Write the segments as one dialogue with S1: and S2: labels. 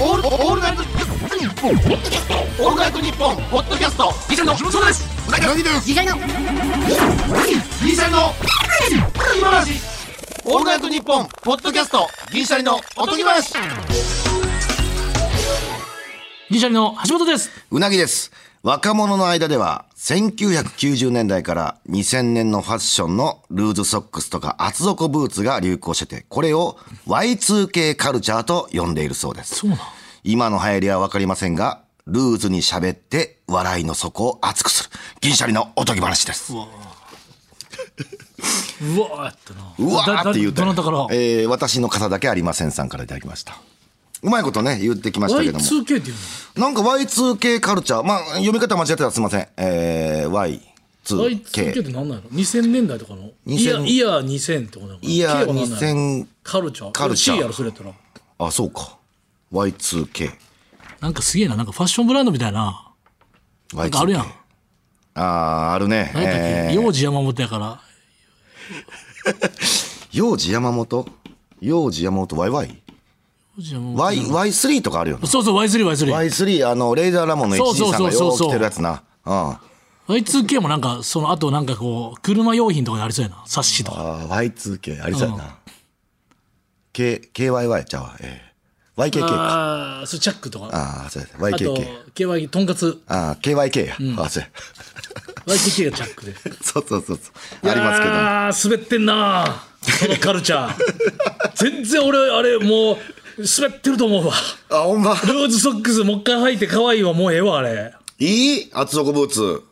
S1: オールオールナイトニッポンオールナイトニッポンポッドキャストギシャリのそうですうなぎです
S2: ギシャリの
S1: ギシャリの今話オールナイトニッポンポッドキャストギシャリのおとぎ話
S3: 銀シャリの橋本です。
S4: うなぎです。若者の間では、1990年代から2000年のファッションのルーズソックスとか厚底ブーツが流行してて、これを Y2K カルチャーと呼んでいるそうです。
S3: うなん
S4: 今の流行りはわかりませんが、ルーズに喋って笑いの底を熱くする。銀シャリのおとぎ話です。
S3: うわーってな。
S4: うわーって言うた
S3: ど
S4: ら
S3: なたから。
S4: えー私の傘だけありませんさんからいただきました。うまいことね、言ってきましたけども。
S3: Y2K っていう
S4: なんか Y2K カルチャー。まあ、読み方間違ってたらすいません。えー、
S3: の ?Y2K っ
S4: Y2K。
S3: てなんなんやろ ?2000 年代とかのイヤ
S4: 2000
S3: イヤー2000とかなのかな
S4: イヤー
S3: K はなんなんやろ
S4: 2000
S3: カルチャー。
S4: カルチャー
S3: C やろ、それやったら。
S4: あ、そうか。Y2K。
S3: なんかすげえな。なんかファッションブランドみたいな。なんかある
S4: Y2K。
S3: やん。
S4: あー、あるね。
S3: 何やったっ
S4: え
S3: け
S4: ー
S3: 幼児山本やから。
S4: 幼児山本幼児山本 YY?Y、
S3: 幼児山本
S4: Y Y3 とかあるよな。
S3: そうそう、Y3、
S4: Y3、あの、レイザーラモンの
S3: そうそう
S4: 123
S3: そ
S4: が
S3: うそう
S4: よう着てるやつな。うん。あ
S3: Y3。Y2K もなんか、その、あとなんかこう、車用品とかにありそうやな。冊子とか。
S4: ー Y2K、ありそうやな。K、KYY ちゃうわ。えー YKK か。
S3: ああ、そう、チャックとか。
S4: あー、そうや。
S3: あと
S4: YKK。、
S3: KY、とんかつ。
S4: あー、KYK や。あー、そうや。
S3: Y2K がチャックで。
S4: そうそうそうそう。ありますけど。
S3: ああ、滑ってんなあそのカルチ ャー。全然俺、あれ、もう、滑ってると思うわ。
S4: あ、ほんま。
S3: ルーズソックスもう一回履いて可愛いわ、もうええわ、あれ。
S4: いい厚底ブーツ。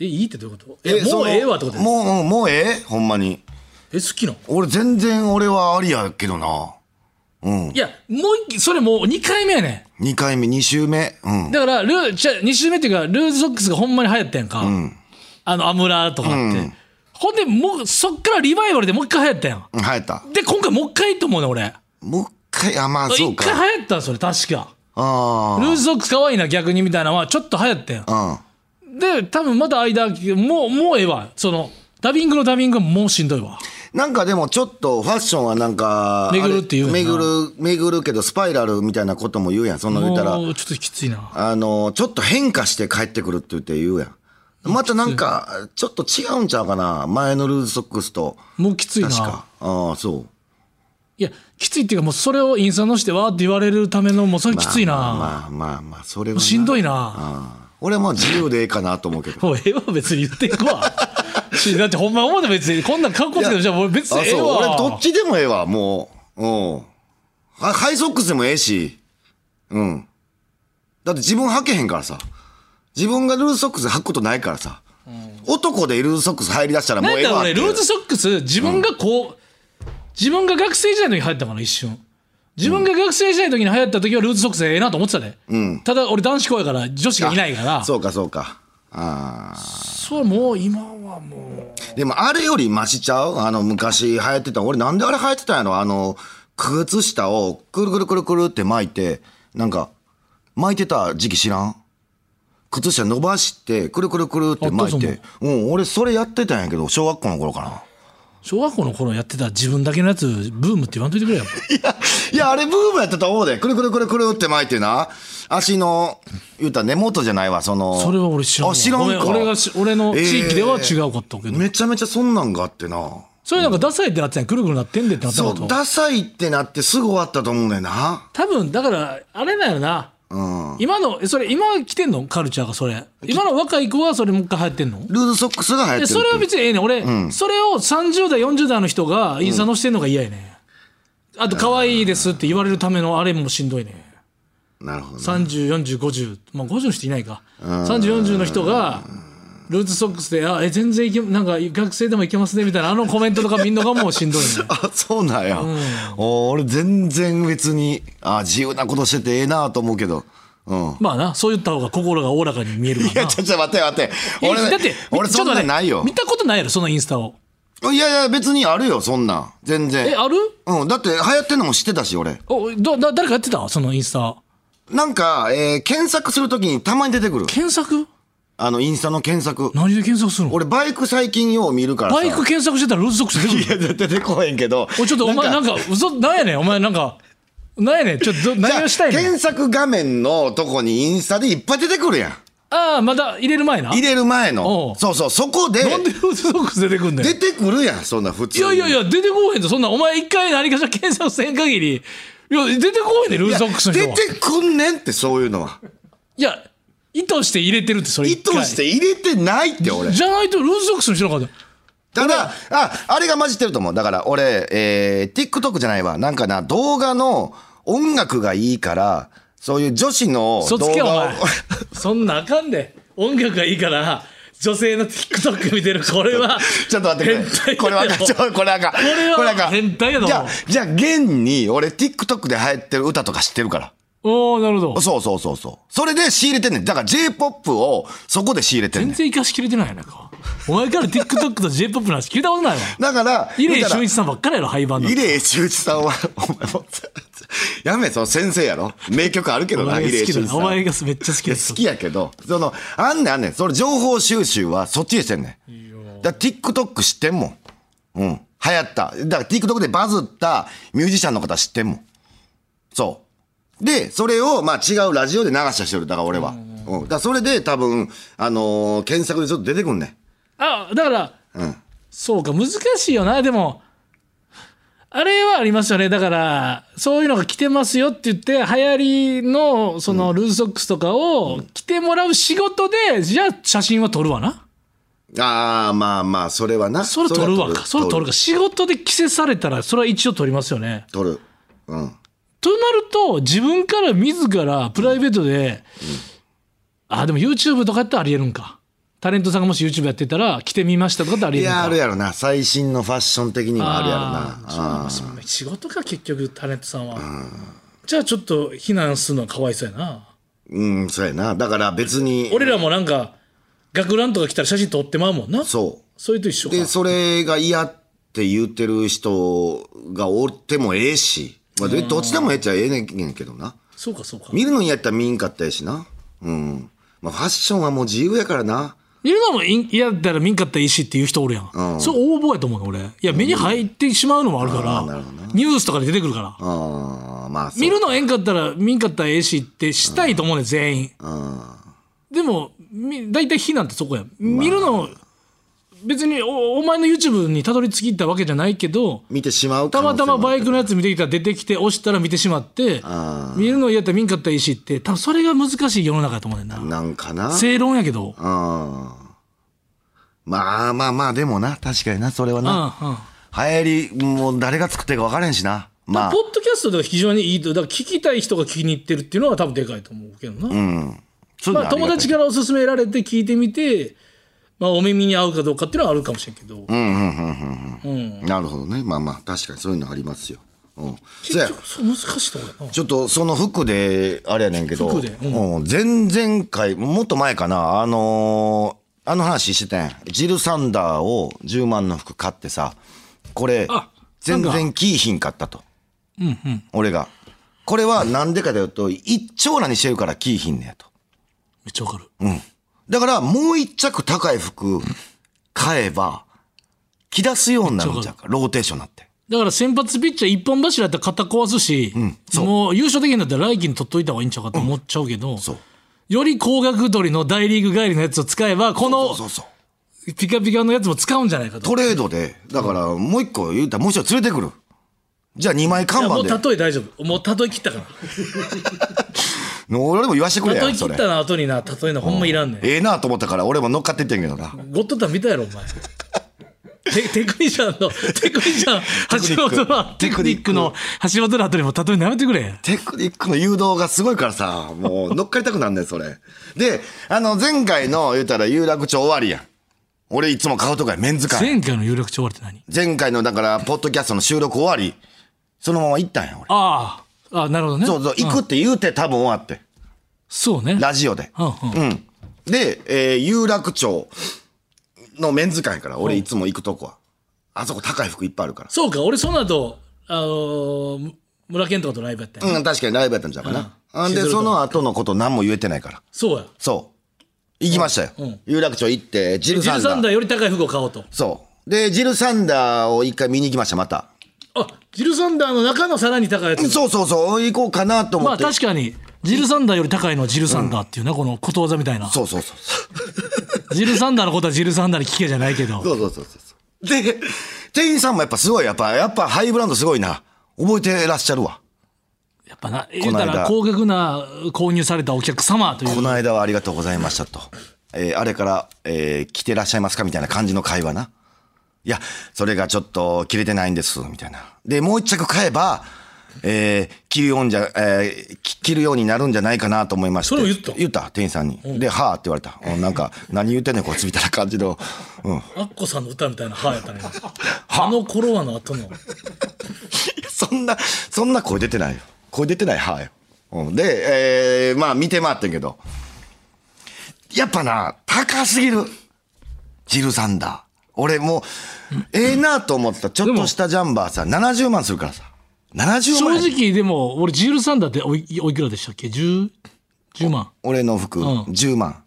S3: え、いいってどういうことえ、もうええわってこと
S4: で
S3: や
S4: もう、もうもうええほんまに。
S3: え、好きなの
S4: 俺全然俺はありやけどな。
S3: いや、もう一回それもう2回目やね
S4: 2回目、2週目。うん
S3: ん。。だから、ルー、じゃ2週目っていうか、ルーズソックスがほんまに流行ったやんか。あの、アムラーとかって。ほんで、もう、そっからリバイバルでもう一回流行ったやん。
S4: 生えた。
S3: で、今回もう一回と思うね、俺。
S4: もう一回、あ、まあそう
S3: 一回
S4: か。
S3: 流行ったんそれ、確か。
S4: あ
S3: ルーズソックス可愛いな、逆にみたいなのは、ちょっと流行ったやん。
S4: あ。
S3: で、多分まだ間、もう、もうええわ。その、ダビングのダビングはもうしんどいわ。
S4: うん。なんかでもちょっとファッションはなんか。
S3: 巡るって言うよ
S4: あ
S3: な
S4: れ巡る、巡るけどスパイラルみたいなことも言うやん。そんな言っ
S3: もう、ち
S4: たら。
S3: ょっときついな。
S4: あの、ちょっと変化して帰ってくるって言って言うやん。またなんか、ちょっと違うんちゃうかな。前のルーズソックスと。
S3: もうきつい
S4: 確か
S3: な。。
S4: ああ、そう。
S3: いや、きついっていうか、もうそれをインスタのしてわーって言われるための、もうそれきついな。
S4: まあまあまあ、それはな。
S3: しんど
S4: い。
S3: いな。
S4: 俺はもう自由でええかなと思うけど。
S3: もう ええわ、別に言っていくわ。 しだってほんま思うて別に、こんなんかっこつけても、じゃあ俺別
S4: あ、
S3: にええ
S4: そう。俺
S3: わ。
S4: どっちでもええわ、もう。うん。はハイソックスでもええし。うん。だって自分履けへんからさ。自分がルーズソックス履くことないからさ。男でルーズソックス入り出したらも
S3: な
S4: うんええ
S3: だ
S4: わってい
S3: 俺、
S4: う。
S3: ルーズソックス、自分がこう、自分が学生時代の時に流行ったから、一瞬。自分が学生時代の時に流行った時はルーズソックスええなと思ってたで。ただ、俺男子校やから、女子がいないから、
S4: そ
S3: そ
S4: うかそうか。ああ。
S3: れもう今はも
S4: でもあれよりマシちゃうあの昔流行ってた。俺なんであれ流行ってたんやろあの、靴下をくるくるくるくるって巻いて、なんか、巻いてた時期知らん靴下伸ばして、くるくるくるって巻い。
S3: あって
S4: うん、俺それやってたんやけど、小学校の頃かな。
S3: う、小学校の頃やってた自分だけのやつ、ブームって言わんといてくれよ。
S4: いや、あれブームやってた方で、くるくるくるくるって巻いてな、足の、言うたら根元じゃないわ、その。
S3: それは俺知らんわ。
S4: あ、知らん
S3: 俺
S4: か。
S3: 俺がし俺の地域では違うかったけ
S4: えー
S3: ど。
S4: めちゃめちゃそんなんがあってな。
S3: それなんかダサいってなってたやんくるくるなってんでってなった
S4: そ
S3: こ
S4: う、
S3: と。
S4: ダサいってなってすぐ終わったと思うねんな。
S3: 多分、だから、あれだよな。
S4: うん。
S3: 今の、えそれ、今来てんのカルチャーがそれ。今の若い子はそれもう一回流行ってんの
S4: ルーズソックスが流行ってる
S3: で
S4: って
S3: それは別にええねん俺、それを30代40代の人がインスタ載せてんのが嫌やね、ん、あと可愛いですって言われるためのあれもしんどいね
S4: なるほどね、
S3: 304050まあ50の人いないか3040の人がルーズソックスで「あえ全然いけなんか学生でもいけますね」みたいなあのコメントとか見んのがもうしん どいね
S4: あそうなんや、お俺全然別にあ自由なことしててええなと思うけどうん
S3: まあなそう言った方が心がおおらかに見えるから
S4: いや
S3: な
S4: ちょちょ待って待って
S3: え
S4: 俺
S3: だって
S4: 俺
S3: ちょ
S4: そ
S3: っ
S4: ん
S3: と
S4: なん
S3: 待って
S4: ないよ
S3: 見たことないやろそのインスタを
S4: いやいや別にあるよそんなん全
S3: え
S4: 然
S3: ある
S4: うんだって流行ってんのも知ってたし俺
S3: おどだ誰かやってたそのインスタ
S4: なんか、えー検索するときにたまに出てくる
S3: 検索
S4: あのインスタの検索
S3: 何で検索するの
S4: 俺バイク最近よう見るからさ
S3: バイク検索してたらルーズソックス出てくる
S4: いや出てこへんけど
S3: おいちょっとお前なんか、嘘、なんやねん、お前なんか、なんやねん、ちょっとど
S4: じゃ
S3: 何を
S4: あ
S3: したいねん。
S4: 検索画面のとこにインスタでいっぱい出てくるやん。
S3: ああ、まだ入れる前な。
S4: 入れる前
S3: お
S4: の
S3: う。
S4: そうそう、そこで、
S3: なんでルーズソックス出てくんねん。
S4: 出てくるやん、そんな普通
S3: い
S4: に。
S3: やいやいや、出てこうへんぞ。そんな、お前一回何かしら検索せん限り。いや、出てこうへんねん、
S4: い
S3: ルーズ
S4: や
S3: ソックスの人
S4: 出
S3: は。
S4: てくんねんって、そういうのは。
S3: いや、意図して入れてるって、それ
S4: 意
S3: 一
S4: 図
S3: 回。
S4: して入れてないって、俺。
S3: じゃないとルーズソックスの人の方
S4: ただ、あ、あれが混じってると思う。だから、俺、えー、TikTok じゃないわ。なんかな、動画の音楽がいいから、そういう女子の動
S3: そつけ、お
S4: 画を
S3: 前。 そんなあかんで。音楽がいいから、女性の TikTok 見てる、これは
S4: 。ちょっと待ってくれ。これはあかん、ちょ
S3: こ
S4: これあかん。こ
S3: れ
S4: あ
S3: は
S4: かん
S3: 変態や
S4: じゃ
S3: だ
S4: あ、じゃあ、現に、俺、TikTok で流行ってる歌とか知ってるから。
S3: おおーなるほど。
S4: そうそうそうそう。それで仕入れてんねん。だから J-POP をそこで仕入れてんね
S3: 全
S4: ん。
S3: 然生かしきれてないやなんか。お前から TikTok と J-POP の話聞いたことないわ。
S4: だから、
S3: イレイ
S4: 言うたら
S3: 俊一さんばっかりやろ、廃盤の
S4: イ。レイ秀一さんは、お前もう、 やめ、その先生やろ。名曲あるけど
S3: お
S4: な、
S3: 前
S4: イ
S3: が
S4: レ
S3: 好
S4: イ
S3: き
S4: 秀
S3: だ
S4: 一
S3: な
S4: さ
S3: お
S4: ん。
S3: 前がめっちゃ好
S4: い
S3: きだ
S4: や
S3: よ
S4: 好きやけど、その、あんねんあんねん。その情報収集はそっちでしてんねん。だから TikTok 知ってんもん。うん。流行った。だから TikTok でバズったミュージシャンの方知ってんもん。そう。で、それを、まあ違うラジオで流した人いる。だから俺は。うん。だからそれで多分、あのー検索でちょっと出てくんねん。
S3: あだから、
S4: ん
S3: そうか難しいよなでもあれはありますよねだからそういうのが来てますよって言って流行りのそのルーズソックスとかを着てもらう仕事でじゃあ写真は撮るわな
S4: ああ、まあまあ、それはな。
S3: それ撮るわかそれ撮る
S4: か。
S3: か仕事で着せされたらそれは一応撮りますよね
S4: 撮る。うん。
S3: となると自分から自らプライベートで、あでも YouTube とかやったらありえるんかタレントさんがもし YouTube やってたら着てみましたとかってあり
S4: い
S3: えるんか
S4: や、あるやろな。最新のファッション的にもあるやろな。
S3: あーそうなんかそんな仕事か結局タレントさんは、じゃあちょっと非難するのはかわいそうやな、
S4: うん、そうやな。だから別に。
S3: 俺らもなんか学ランとか来たら写真撮ってまうもんなう
S4: そ
S3: それと一緒
S4: う。
S3: か
S4: で、それが嫌って言ってる人がおってもええし。まあ、でどっちでもええっちゃええねんけどな。
S3: そうかそうか
S4: 見るのにやったら見んかったやしな。うん。まあ、ファッションはもう自由やからな。
S3: 見るのもいん嫌だったら見んかったらいいしっていう人おるやん、
S4: うん
S3: それ応募やと思うよ俺いや目に入ってしまうのもあるから、
S4: あーなるほどな
S3: ニュースとかで出てくるから
S4: ああ、まあ、そう
S3: 見るのええんかったら見んかったらええしってしたいと思うねん全員
S4: うん。
S3: でもみ大体非難ってそこや、見るの別におお前の YouTube にたどり着いたわけじゃないけど
S4: 見てしまう可
S3: た
S4: 能
S3: ま
S4: 性も
S3: たま
S4: ある
S3: バイクのやつ見てきたら出てきて押したら見てしまって
S4: あ
S3: 見るの嫌やったら見んかったらいいしって多分それが難しい世の中やと思うねんな
S4: なんかな。
S3: 正論やけ
S4: う
S3: ど
S4: ん。まあまあまあ、でもな、確かにな、それは
S3: うんう
S4: な。
S3: ん
S4: 流行り、もう誰が作ってるか分からへんしな。まあ
S3: ポ、ッドキャストとか非常にいいとだから聞きたい人が聞きに行ってるっていうのは多分でかいと思うけどな、
S4: そういうの
S3: まあ、
S4: はり
S3: 友
S4: がたい
S3: 達からおすすめられて聞いてみて、まあ、お耳に合うかどうかっていうのはあるかもしれんけど、
S4: なるほどね。まあまあ、確かにそういうのありますよ。うん。そ
S3: 結
S4: や
S3: 局そう難しいとこやな
S4: ちょっとその服で、あれやねんけど、
S3: 服でうん
S4: うん前々回、もっと前かな、あのーあの話してたんやジル・サンダーを10万の服買ってさ、これ
S3: あ、
S4: 全
S3: サン
S4: 然キーひんかったと。俺が。これはなんでかというと、一丁羅にしてるからキーひんねやと。
S3: めっちゃわかる、
S4: だから、もう一着高い服買えば、着出すようになるんじゃうか。ローテーションになって。
S3: だから先発ピッチャー一本柱やったら肩壊すし、もう優勝できへんだったら来季に取っといた方がいいんちゃうかと思っちゃうけど、
S4: そう
S3: より高額取りの大リーグ帰りのやつを使えばこの
S4: そうそう。
S3: ピカピカのやつも使うんじゃないかと。
S4: トレードで、だからもう一個言うたらもう一人連れてくる。じゃあ2枚看
S3: いやも
S4: 板
S3: う
S4: で。
S3: 例え大丈夫もう例え切ったから
S4: 俺も言わしてくれ
S3: 例
S4: や
S3: え切
S4: そ
S3: っ
S4: れ。
S3: たな後にな例えのほんまいらんねん
S4: ええなと思ったから俺も乗っかってってんけどな。
S3: ゴッドタン見たやろお 前テテクニシャンのテクニシャン橋本のテ
S4: テ
S3: ク
S4: ク
S3: ニ
S4: ニ
S3: ッ
S4: ック
S3: クの橋本の後にも例えやめてくれ
S4: テクニックの誘導がすごいからさ、もう乗っかりたくなんねん、それ。で、あの、前回の言うたら有楽町終わりやん。俺いつも買うとかや、メンズ会。
S3: 前回の有力調和って何
S4: 前回のだから、ポッドキャストの収録終わり、そのまま行ったんや、俺。
S3: あああなるほどね
S4: そうそう、行
S3: ん
S4: くって言うて多分終わって。
S3: そうね
S4: ラジオで。
S3: うんうん
S4: うん。で、えー有楽町のメンズ館やから、俺いつも行くとこは。あそこ高い服いっぱいあるから。
S3: そうか俺その後あのーむ村健とかとライブやったよ、
S4: うん、確かにライブやったんちゃうかな。
S3: うん
S4: あんで、
S3: シズルと
S4: その後のこと何も言えてないから。
S3: そうや
S4: そう。行きましたよ。
S3: ん
S4: 有楽町行って、ジル
S3: ジ
S4: サ
S3: ル
S4: ンダ
S3: サ
S4: ー。
S3: ンダーより高い服を買おうと
S4: そう。で、ジルサンダーを一回見に行きました、また。
S3: あジルサンダーの中のさらに高いやつ。
S4: そうそうそう、行こうかなと思
S3: ま
S4: っ
S3: あ
S4: て。
S3: 確かに、ジルサンダーより高いのはジルサンダーっていうな、このことわざみたいな。
S4: そうそうそう。
S3: ジルサンダーのことはジルサンダーに聞けじゃないけど。
S4: そうそうそうそう。で、店員さんもやっぱすごい、やっぱ、やっぱハイブランドすごいな。覚えてらっしゃるわ。
S3: やっぱな、
S4: の
S3: 言う
S4: 間
S3: たら高額な購入されたお客様とい
S4: こ
S3: う。
S4: の間はありがとうございましたと。えーあれから、えー来てらっしゃいますかみたいな感じの会話な。いや、それがちょっと切れてないんです、みたいな。で、もう一着買えば、えー着るようんじゃ、えーき着るようになるんじゃないかなと思いまして。
S3: それを言った
S4: 言った、店員さんに。で、はあって言われた。うんなんか、何言ってんねん、こいつみたいな感じの。うん。
S3: アッコさんの歌みたいな歯やったね。あの頃はの後の。
S4: そんな、そんな声出てないよ。声出てない、はよ。うんで、えーまあ見て回ってんけど。やっぱな、高すぎる。ジルサンダー。俺もう、ええなと思った、ちょっとしたジャンバーさ、70万するからさ。70
S3: 正
S4: 万。
S3: 直でも、俺ジルサンダーっておいおいくらでしたっけ ?10、10万。
S4: 俺の服、
S3: ん
S4: 10万。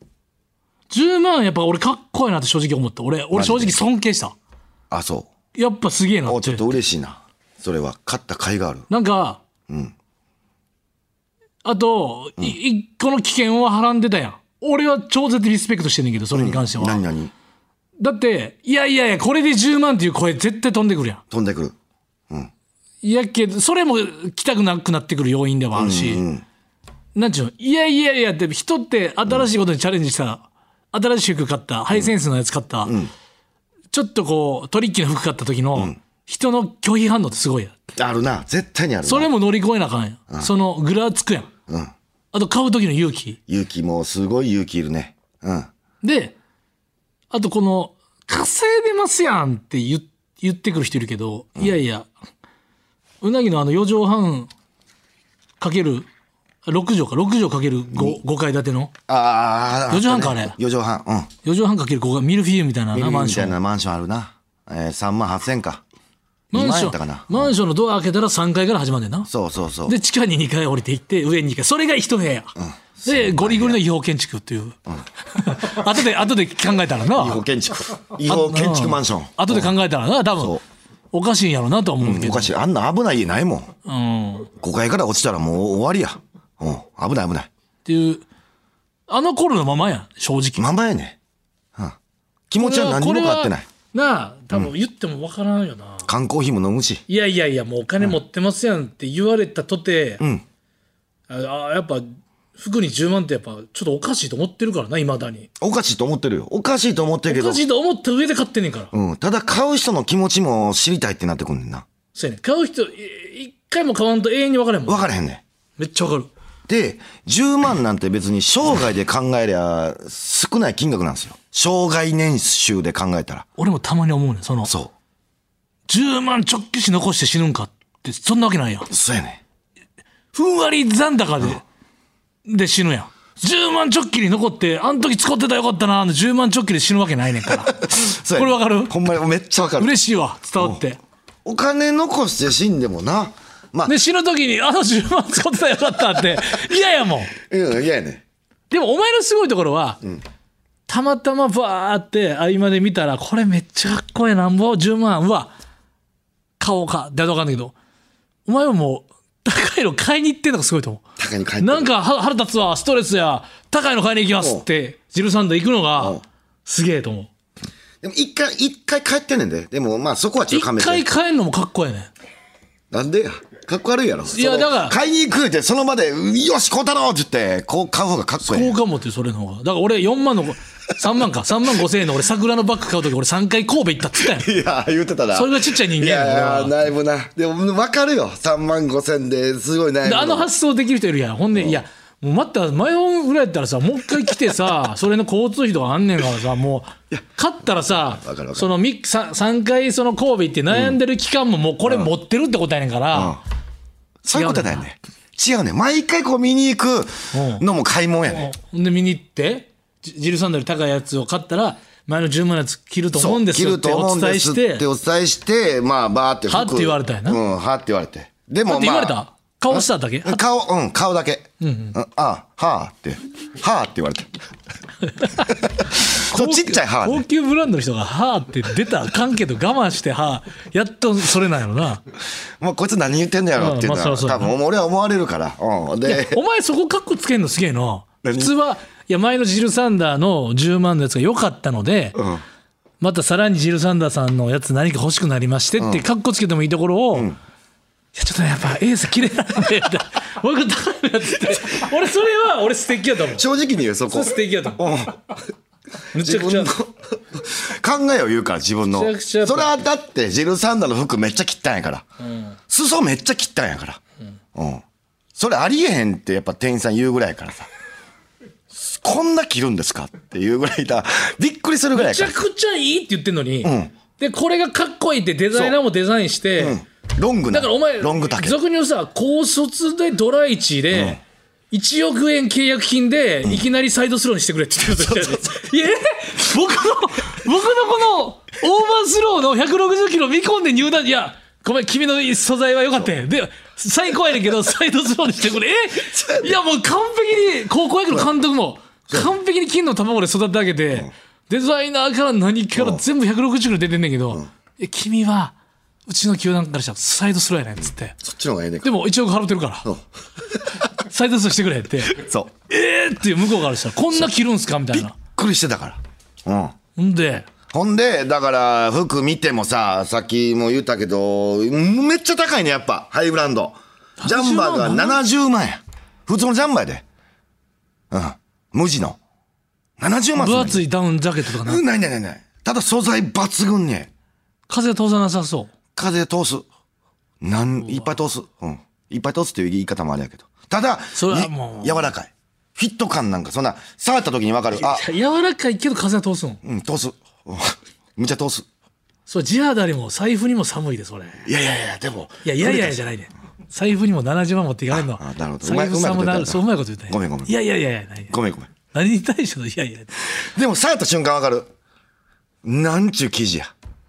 S3: 10万やっぱ俺かっこいいなって正直思った。俺、俺正直尊敬した。
S4: あ、そ
S3: やっぱすげえな
S4: う。
S3: っ
S4: お、ちょ
S3: て
S4: っ。と嬉しいな。それは、買った甲斐がある。
S3: なんか、あと、い一個の危険をはらんでたやん。俺は超絶リスペクトしてんねんけど、それに関しては。
S4: 何々
S3: だって、いやいやいや、これで10万っていう声絶対飛んでくるやん。
S4: 飛んでくる。
S3: いやけど、それも来たくなくなってくる要因でもあるし、なんちゅうの、いやいやいやって、人って新しいことにチャレンジしたら、新しい服買った、ハイセンスのやつ買った、ちょっとこう、トリッキーな服買った時の、人の拒否反応ってすごいやん。
S4: あるな。絶対にあるな。
S3: それも乗り越えなあかんやん。その、ぐらつくやん。あと、買う時の勇気。
S4: 勇気も、すごい勇気いるね。うん。
S3: で、あと、この、稼いでますやんって言言ってくる人いるけど、いやいや、うなぎのあの、4畳半かける、6畳か、6畳かける 5, 5階建ての、
S4: ああ、
S3: 四畳半かあれ
S4: 4畳半。うん。
S3: 4畳半かける5階、ミルフィーユみたいななマン
S4: み
S3: シ
S4: た
S3: ョ
S4: い
S3: ン。
S4: なマンションあるな。えー、3万8千か。
S3: マン
S4: 二万
S3: シ
S4: やったか
S3: ョン
S4: な、
S3: マンションのドア開けたら3階から始まるんだよな。
S4: そうそうそう。
S3: で、地下に2階降りていって、上に2階。それが一部屋。で、ゴリゴリの違法建築っていう。 後で、後で考えたらな。
S4: 違法建築。違法建築マンション。
S3: 後で考えたらな、多
S4: そ
S3: 分
S4: う。
S3: おかしいんやろなとは思うけ
S4: お
S3: ど
S4: か。しい。あんな危ない家ないもん。
S3: うん。っ
S4: 5階から落ちたらもう終わりや。うん。危ない危ない。
S3: ていう、あの頃のままやん、正直。
S4: まんまやね。うん。気持ちは何にも変わってない。
S3: なあ、多分言ってもわからんよな。
S4: 缶コーヒーも飲むし。
S3: いやいやいや、もうお金持ってますやんって言われたとて、
S4: ん
S3: ああ、やっぱ、服に10万ってやっぱ、ちょっとおかしいと思ってるからな、いまだに。
S4: おかしいと思ってるよ。おかしいと思ってるけ
S3: お
S4: ど
S3: かし。いと思った上で買ってんねんから。
S4: うん。ただ買う人の気持ちも知りたいってなってくんねんな。
S3: そうやねん買う人、い一回も買わんと永遠に分からへんもん
S4: わ。からへんねん。
S3: めっちゃ分かる。
S4: で、10万なんて別に生涯で考えりゃ少ない金額なんですよ。生涯年収で考えたら。
S3: 俺もたまに思うねん、その、
S4: そ
S3: 10万直球し残して死ぬんかって、そんなわけないやん
S4: う。。そうやね
S3: ふんわり残高で、で死ぬやん。10万チョッキに残って、あの時使ってたらよかったな、あの10万チョッキで死ぬわけないねんから。
S4: そうや
S3: これ
S4: ね
S3: わかる
S4: ほんまにめっちゃわかる。
S3: 嬉しいわ、伝わって。
S4: お金残して死んでもな。まあ、
S3: で、死ぬ時に、あの10万使ってたらよかったって、嫌やもん。
S4: うん、嫌やね。
S3: でもお前のすごいところは、たまたまバーって合間で見たら、これめっちゃかっこええなんぼ、10万、うわ、買おうか、だとわかんないけど、お前はもう、高いの買いに行ってんのがすごいと思う。
S4: 高に帰って。
S3: なんかは腹立つわ、ストレスや、高いの買いに行きますって、ジルサンダー行くの
S4: う
S3: が
S4: ん、
S3: すげえと思う。
S4: でも一回、一回帰ってんねんで。でもまあそこはちょっ
S3: 一
S4: と勘弁
S3: 回
S4: して。
S3: 帰るのもかっこええねん。
S4: なんでや。かっこ悪いやろ。
S3: いや
S4: その
S3: だから
S4: 買いに行くって、その場で、うんよし、こうたろうって言って、こう買う方がかっこいい
S3: 効。果持ってるそれの方が。だから俺4万の、3万か、3万5千円の俺桜のバッグ買うとき俺3回神戸行ったっつったやん。
S4: いや、言ってたな。
S3: それがちっちゃい人間
S4: い
S3: やねん俺
S4: や
S3: は
S4: ー、だいぶな。でも、わかるよ。3万5千ですごい悩む
S3: であの
S4: の
S3: 発想できる人いるやん。ほんで、いや、もう待った、前本ぐらいやったらさ、もう一回来てさ、それの交通費とかあんねんからさ、もう、勝ったらさ
S4: わかるわか、る
S3: その3、さ三回その神戸行って悩んでる期間ももうこれ持ってるってことやねんから、
S4: そういうことだよね。違うね。毎回こう見に行くのも買い物やね。
S3: ほんで見に行って、ジジルサンダル高いやつを買ったら、前の10万のやつ着ると思うんですよってお伝えし
S4: 着
S3: て、
S4: ると思うんですってお伝えして、まあ、バーって服。
S3: はって言われたんやな
S4: うん、はって言われて。でも、まあ。
S3: はって言われた顔しただけ
S4: うん顔、うん、顔だけ。うん、ああ、はあって。はあって言われた。そうちっちゃい歯ね
S3: 高級ブランドの人が「はあ」って出たらあかんけど我慢して「はあ」やっとそれなんやろな
S4: まあ、こいつ何言ってんだやろっていうのは、
S3: うんまあそうそう
S4: 多分俺は思われるから、うん、で
S3: お前そこカッコつけんのすげえな普
S4: 何
S3: 通はいや前のジルサンダーの10万のやつが良かったので、
S4: うん
S3: またさらにジルサンダーさんのやつ何か欲しくなりましてってカッコつけてもいいところを、いやちょっとねやっぱエース綺麗なんでみたいな 僕が高い のやつって俺それは俺素敵やと思う
S4: 正直に言うそ
S3: それ
S4: こ
S3: 素敵やと思
S4: うん
S3: うめち
S4: 自
S3: ゃくちゃ
S4: 分の 考えを言うから自分の
S3: めちゃくちゃやっぱ
S4: それはだってジルサンダーの服めっちゃ切ったんやから、裾めっちゃ切ったんやから、うんそれありえへんってやっぱ店員さん言うぐらいやからさこんな切るんですかっていうぐらいだびっくりするぐらい
S3: め
S4: や
S3: ち
S4: か
S3: ゃ
S4: ら
S3: くちゃいいって言ってんのに、
S4: ん
S3: でこれがかっこいいってデザイナーもデザインして、
S4: うんロングな
S3: だからお前
S4: ロング丈
S3: 俗に言うさ高卒でドラ1で、1億円契約金でいきなりサイドスローにしてくれって言ってた時い や僕の僕のこのオーバースローの160キロ見込んで入団いやごめん君の素材は良かったよで最高やねんけどサイドスローにしてくれえいやもう完璧に高校野球の監督も完璧に金の卵で育て上げて、デザイナーから何から全部160キロ出てんねんけど、え君はうちの球団からしたらサイドスローやねんっつって。
S4: そっちの方がええねんか
S3: でも1億払ってるから
S4: う
S3: 再テストしてくれって
S4: そう
S3: えーって向こうからしたらこんな着るんすかみたい
S4: びっ
S3: な
S4: くりしてたからうん
S3: ほんで
S4: ほんで、だから、服見てもさ、さっきも言ったけど、めっちゃ高いね、やっぱ、ハイブランド。ジャンバーが70万や。普通のジャンバーやで。うん。無地の。70万すん
S3: 分
S4: ねん
S3: 厚いダウンジャケットとかな
S4: うんないないないない。ただ素材抜群ね。
S3: 風通さなさそう
S4: 風通す。なん、いっぱい通す。うん。いっぱい通すっていう言い方もあれやけど。ただ、
S3: それはいもう
S4: 柔らかい。フィット感なんか、そんな、触った時にわかる。あ、
S3: 柔らかいけど風は通すの
S4: うん、通す。うんむっちゃ通す。
S3: それ地肌にも財布にも寒いでそれい
S4: いやいやいや、でも。
S3: やいやいやいやじゃないね財布にも70万持っていかれんの
S4: ああなるほど
S3: 財布寒な
S4: うまい
S3: る
S4: うまいこと言ったよな
S3: そううまいこと言ったね
S4: ごめんごめん
S3: いやいやいやいやない
S4: ごめんごめん。
S3: 何に対してのいやいや、
S4: でも触った瞬間わかる。なんちゅう生地や。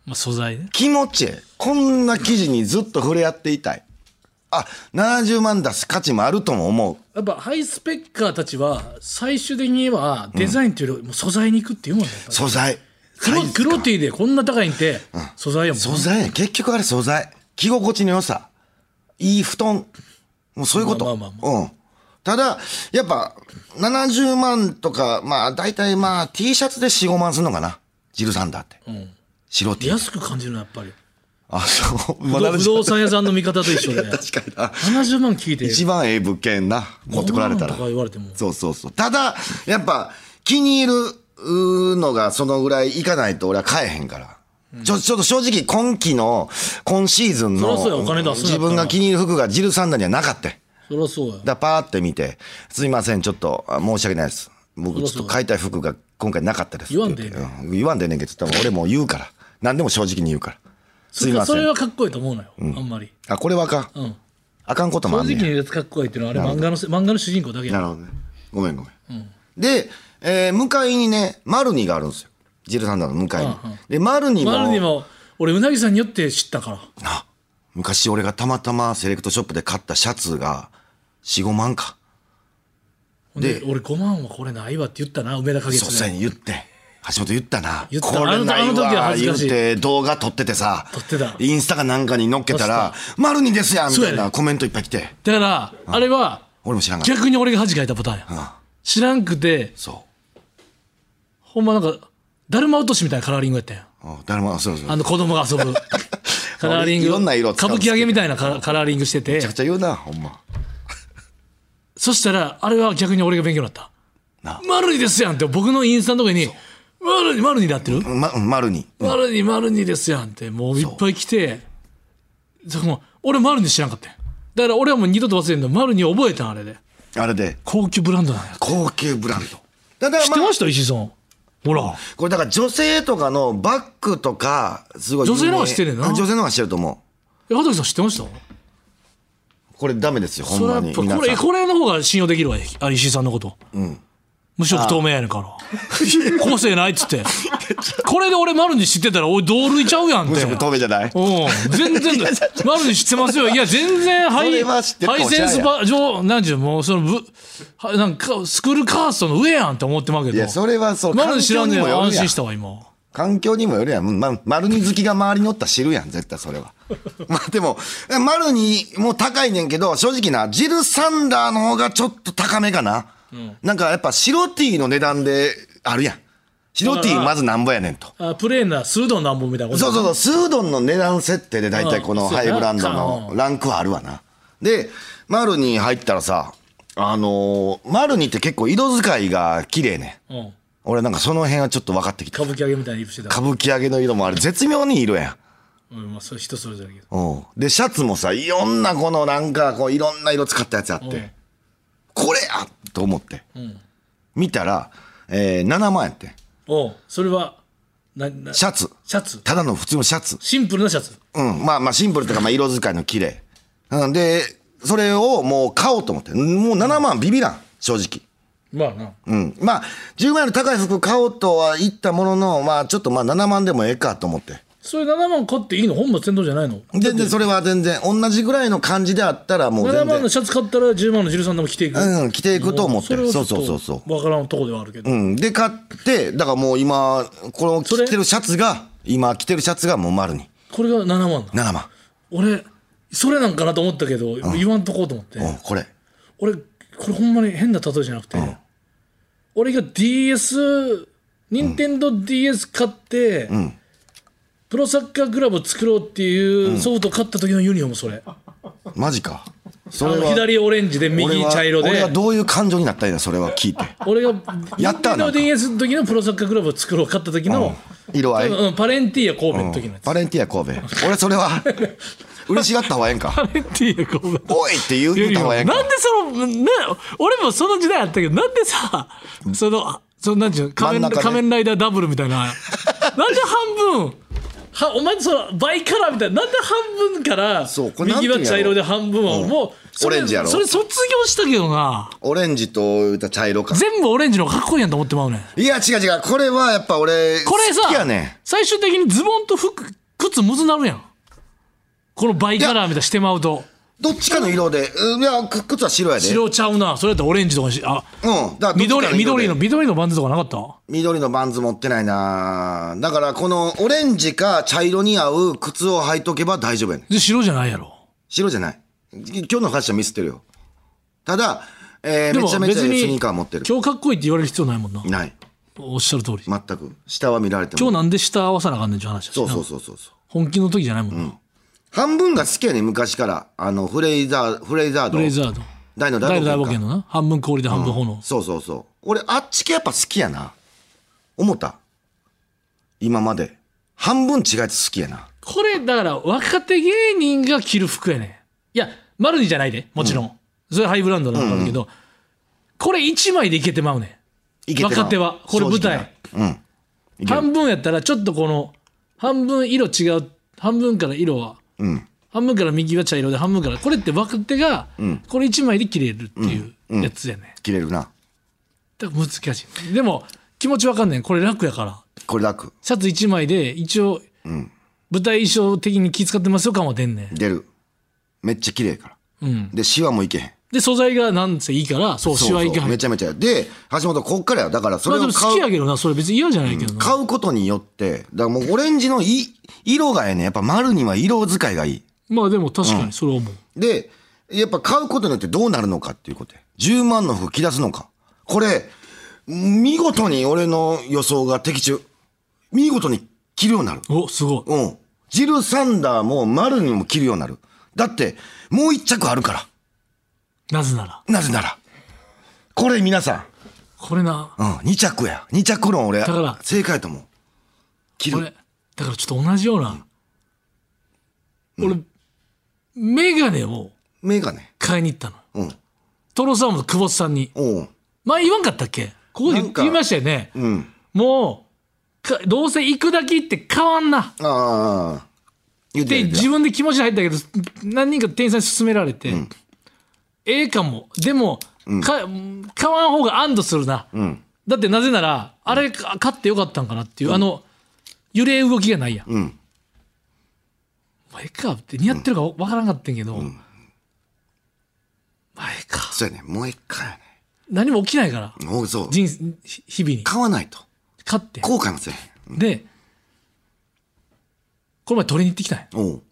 S3: まあ、素材ね
S4: 気持ちええ。こんな生地にずっと触れ合っていたい。あ、70万出す価値もあるとも思う。
S3: やっぱハイスペッカーたちは最終的にはデザインというよりも素材に行くっていうもんねやっぱり
S4: 素材。
S3: 黒
S4: サイズ感
S3: 黒 T でこんな高いんて素材やもん
S4: 素材や結局あれ素材。着心地の良さ。いい布団。もうそういうこと。
S3: まあまあま
S4: うん。ただ、やっぱ、70万とか、まあ、大体まあ、T シャツで4、5万するのかな。ジルサンダーって。白 T。
S3: 安く感じるなやっぱり
S4: あ、そう。
S3: 不
S4: ま
S3: 動
S4: だ
S3: 不動産屋さんの見方と一緒で
S4: 確かにな。
S3: 70万聞いて
S4: 一番ええ物件な持ってこられた
S3: こ
S4: ら
S3: んなんとか言われても
S4: そうそうそうただやっぱ気に入るうーのがそのぐらいいかないと俺は買えへんから、ちょちょっと正直今季の今シーズンの
S3: そりゃそうやお金出すんやったら
S4: 自分が気に入る服がジルサンダーにはなかった
S3: そりゃそうや
S4: だからパーって見て「すいませんちょっとあ申し訳ないです僕ちょっと買いたい服が今回なかったです」
S3: 言わんでええ
S4: って言ってうん言わんでええねんけど多分俺もう言うから何でも正直に言うから
S3: そ
S4: すい
S3: れ
S4: ま
S3: か
S4: せ
S3: それ
S4: ん
S3: はかっこいいと思うのよあんまり
S4: あこれはあかん、
S3: うん
S4: あかんこと
S3: 正
S4: もあん
S3: 直
S4: ねん
S3: に言うやつかっこいいっていうのはあれ漫画のせ漫画の主人公だけ
S4: な
S3: や
S4: るほどね。ごめんごめん。で、えー向かいにね、マルニがあるんですよ。ジルサンダーの向かいに。で、マルニも、
S3: マルにも俺うなぎさんによって知ったから
S4: あ昔俺がたまたまセレクトショップで買ったシャツが、4、5万か。
S3: ほんで俺5万はこれないわって言ったな梅田花
S4: そう
S3: 月
S4: さ
S3: で
S4: に言って。橋本言ったな。
S3: 言った
S4: これない
S3: あの時あの時は
S4: わ
S3: 恥ず
S4: 言
S3: か
S4: っ
S3: しい
S4: て動画撮っててさ。
S3: 撮ってた
S4: インスタかなんかに載っけたら、マルニですやんみたい
S3: そうや
S4: な
S3: ね
S4: コメントいっぱい来て。
S3: だからあれは
S4: 俺も知らんかっ
S3: 逆に俺が恥かいたパターンや
S4: た。うん
S3: 知らんくて
S4: そ
S3: ほんまなんかだるま落としみたいなカラーリングやったんや
S4: う。うん誰も、そうそう。
S3: あ
S4: め
S3: の子供が遊 ぶカラーリング
S4: いろんな色使
S3: 歌
S4: うんですけ
S3: 舞伎
S4: ど
S3: 揚げみたいなカラカラーリングしてて
S4: ちゃくちゃ言うな、ほんま。
S3: そしたらあれは逆に俺が勉強になった
S4: な
S3: 「マルニですやん」って僕のインスタのとこに「マルニマルニで合ってる
S4: ま、うんマルニ。
S3: マルニマルニですやん」ってもういっぱい来てそこも俺マルニ知らんかったんやだから俺はもう二度と忘れんのマルニ覚えたんあれで
S4: あれで。
S3: 高級ブランドなんや
S4: 高級ブランド。だから
S3: 知ってました石井さんほら
S4: これだから女性とかのバッグとか、すごい有名。
S3: 女性の方が知ってるよな
S4: あ女性の方が知ってると思
S3: え畑さん知ってました
S4: う。これダメですよ、ほ
S3: そ
S4: ん
S3: れ
S4: ま
S3: は
S4: に。
S3: こ
S4: 皆
S3: れ
S4: さん
S3: これの方が信用できるわあ石井さんのこと無色透明やねんから個性ないっつってこれで俺マルニ知ってたら俺同類ちゃうやんっ
S4: 無
S3: て
S4: 色透明じゃない
S3: うん全然だマルニ知ってますよいや全然ハ
S4: そ
S3: イ
S4: れは知ってるか
S3: ハ
S4: も
S3: イ
S4: しれ
S3: セ
S4: ん
S3: ン
S4: やん
S3: スば上なんちゅうもうそのぶはなんかスクールカーストの上やんって思ってまうけど
S4: いや、それはそう、
S3: マル
S4: 環
S3: ニ知
S4: 境
S3: らん
S4: に
S3: ねん
S4: もよ
S3: 安
S4: るやん
S3: 心し。たわ今
S4: 環境にもよるやん。うんま、丸に好きが周りにおったら知るやん、絶対それは。 まあでも、丸にも高いねんけど、正直な、ジルサンダーの方がちょっと高めかな。なんかやっぱ白 T の値段であるやん。白 T まずなんぼやねんと。
S3: あプレーンなスードンなんぼみたいなこと
S4: そうそうそう、スードンの値段設定で大体こ
S3: う
S4: の
S3: んそう
S4: ハ
S3: やな
S4: イブランドのランクはあるわな。で、マルニ入ったらさ、あのーマルニって結構色使いが綺麗ねん。
S3: うん
S4: 俺なんかその辺はちょっと分かってきた。
S3: 歌舞伎揚げみたいなリプしてた
S4: 歌舞伎揚げの色もあれ絶妙に色やん。
S3: うんまあそれ人それぞれだけど
S4: うんで、シャツもさ、いろんなこのなんか、こういろんな色使ったやつあっ
S3: うん
S4: て、これやと思って、見たら、えー、7万円って。
S3: おうそれはなな
S4: シャツ。
S3: シャツ
S4: ただの普通のシャツ。
S3: シンプルなシャツ
S4: うん。まあまあシンプルというか、まあ色使いの綺麗。うん。で、それをもう買おうと思って。もう7万ビビらん。正直。
S3: まあな
S4: うん。まあ、10万円の高い服買おうとは言ったものの、まあちょっとまあ7万でもええかと思って。
S3: それ7万買っていいの本末転倒じゃないの
S4: 全然それは全然、同じぐらいの感じであったらもう
S3: 7
S4: 全
S3: 万の
S4: 然。
S3: シャツ買ったら10万の13でも着ていく
S4: うん、着ていくと思って
S3: も
S4: る。
S3: そ
S4: そ
S3: れ
S4: う
S3: はち
S4: そ
S3: ょ
S4: う
S3: っ
S4: そうそ
S3: と
S4: う。
S3: わからんとこではあるけど、
S4: うん、で買ってだからもう今この着てるシャツが今着てるシャツがもう丸に
S3: これが7万なの
S4: 7万、
S3: 俺それなんかなと思ったけど、言わんとこうと思って、
S4: うん、これ
S3: 俺これほんまに変な例えじゃなくて、俺が DS 任天堂 d s 買って、プロサッカークラブを作ろうっていうソフト買った時のユニフォームそれ、
S4: マジかそ
S3: あ
S4: れ
S3: の
S4: は
S3: 左オレンジで右茶色で
S4: 俺は俺はどういう感情になったんやそれは聞いて
S3: 俺が
S4: やったな
S3: 任天堂 DS の時のプロサッカークラブを作ろう買った時の、
S4: 色合い、
S3: うん、パレンティーヤ神戸の時のやつ、
S4: バレンティア神戸俺それは嬉しがった方がええんか
S3: パレンティーヤ神戸
S4: おいって言う言うた方がええんか
S3: なんでそのな俺もその時代あったけどなんでさそのそのなんていうの仮面,、
S4: 真ん中ね
S3: 仮面ライダーダブルみたいななんで半分はお前そのバイカラーみたいななんで半分から
S4: そうこれなんて
S3: 右
S4: 言う
S3: は
S4: んやろ
S3: 茶色で半分は、
S4: うん
S3: もうそれ
S4: オレンジやろ
S3: それ卒業したけどな
S4: オレンジと茶色か
S3: 全部オレンジの方がかっこいいやんと思ってまうねん
S4: いや違う違うこれはやっぱ俺
S3: これさ
S4: 好きやね
S3: 最終的にズボンと服靴むずなるやんこのバイカラーみたいなしてまうと
S4: どっちかの色でうんいやく靴は白やで
S3: 白ちゃうなそれやったらオレンジとかにしあ
S4: うんだからどっちかの色で
S3: 緑緑の緑のバンズとかなかった
S4: 緑のバンズ持ってないなだからこのオレンジか茶色に合う靴を履いとけば大丈夫やねん。
S3: で白じゃないやろ
S4: 白じゃない。き今日のファッションミスってるよ。ただ、えー
S3: で
S4: め
S3: も
S4: ちゃめちゃ
S3: 別
S4: ス
S3: に
S4: ニーカー持ってる。
S3: 今日かっこいいって言われる必要ないもんな
S4: ない。
S3: おっしゃる通り
S4: 全く。下は見られて
S3: 今
S4: も。
S3: 日なんで下合わさなあかんねんっていう話だし
S4: そ
S3: な
S4: うそうそうそうそう。
S3: 本気の時じゃないもんな、
S4: 半分が好きやねん昔から。あの、フレイザー、フレイザード。
S3: ブレイザード
S4: 大の
S3: 大
S4: 大
S3: の大
S4: 冒
S3: 冒
S4: 険
S3: 険
S4: か。
S3: のな半分氷で半分炎、
S4: そうそうそう。俺、あっち系やっぱ好きやな。思った。今まで。半分違えて好きやな。
S3: これだから若手芸人が着る服やねんいやマルニじゃないでもちろん、それハイブランドなんだけど、これ1枚でいけてまうね
S4: いけてまう
S3: 若手はこれ舞台。
S4: 正直なうん。
S3: ん半分やったらちょっとこの半分色違う半分から色は
S4: うん。
S3: 半分から右は茶色で半分からこれって若手がこれ1枚で切れるっていうやつやね、
S4: 切れるな。
S3: だから難しいでも気持ちわかんねんこれ楽やから
S4: これ楽。
S3: シャツ1枚で一応舞台衣装的に気使ってますよ感は出んねん、
S4: 出る。めっちゃ綺麗やから。
S3: うん、
S4: で、シワもいけへん。
S3: で素材がなんせいいからそ
S4: そ
S3: う
S4: う
S3: シ
S4: そう
S3: ワいけは
S4: め
S3: い
S4: ちゃめちゃ。で、橋本、こっからや。だから、そ
S3: ま
S4: れ
S3: あで
S4: を
S3: も好
S4: 買
S3: きや
S4: う、
S3: けどなそれ別に嫌じゃないけどな、
S4: 買うことによって、だからもうオレンジのい色がええね。やっぱ丸には色使いがいい。
S3: まあでも確かにそれは思う、
S4: で、やっぱ買うことによってどうなるのかっていうことや。10万の服着出すのか。これ、見事に俺の予想が的中。見事に着るようになる。
S3: おすごい
S4: うん。ジル・サンダーも丸にも着るようになる。だって、もう一着あるから。
S3: なぜなら
S4: なぜなら、これ皆さ、
S3: これなん
S4: うん、2着や。2着論俺、
S3: から
S4: 正解やと思う。着
S3: こ
S4: る。
S3: れだからちょっと同じような、俺メガネを
S4: メガネ。
S3: 買いに行ったの
S4: うん。
S3: トロサーモンと久保田さんに
S4: おう
S3: 前言わんかったっけここで
S4: なんか
S3: 言いましたよね、
S4: うん。
S3: もうかどうせ行くだけ行って変わんなっ
S4: ああああ。言って
S3: て
S4: や
S3: 自分で気持ちで入ったけど何人か店員さんに勧められて、ええかもでもか買わん方が安堵するな、だってなぜならあれか買ってよかったんかなっていう、あの揺れ動きがないやん、
S4: ん
S3: 前かって似合ってるか分からんかったんけど、前か
S4: そうやね。もう一回や
S3: 何も起きないから
S4: ね。もうそう。
S3: 人生ひ日々に
S4: 買わないと。
S3: 買って
S4: 後悔もせえへ
S3: でこの前取りに行ってきたんや
S4: ん。おう。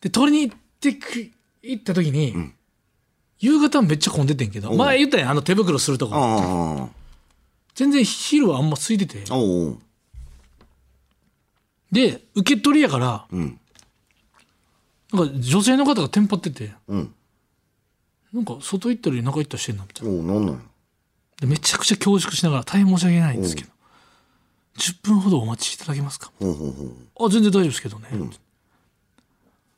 S3: で取りに行ってく行った時に、夕方めっちゃ混んでてんけど前言ったやんあの手袋するとこ
S4: あ
S3: 全然昼はあんま空いてて
S4: あ。おう。
S3: で受け取りやから、
S4: ん
S3: なんか女性の方がテンパってて
S4: うん。
S3: なんか外行ったり中行ったりしてんなみたいな
S4: おう、なんなんや。
S3: でめちゃくちゃ恐縮しながら大変申し訳ないんですけど10分ほどお待ちいただけますか
S4: ほうほうほう。
S3: あ全然大丈夫ですけどね、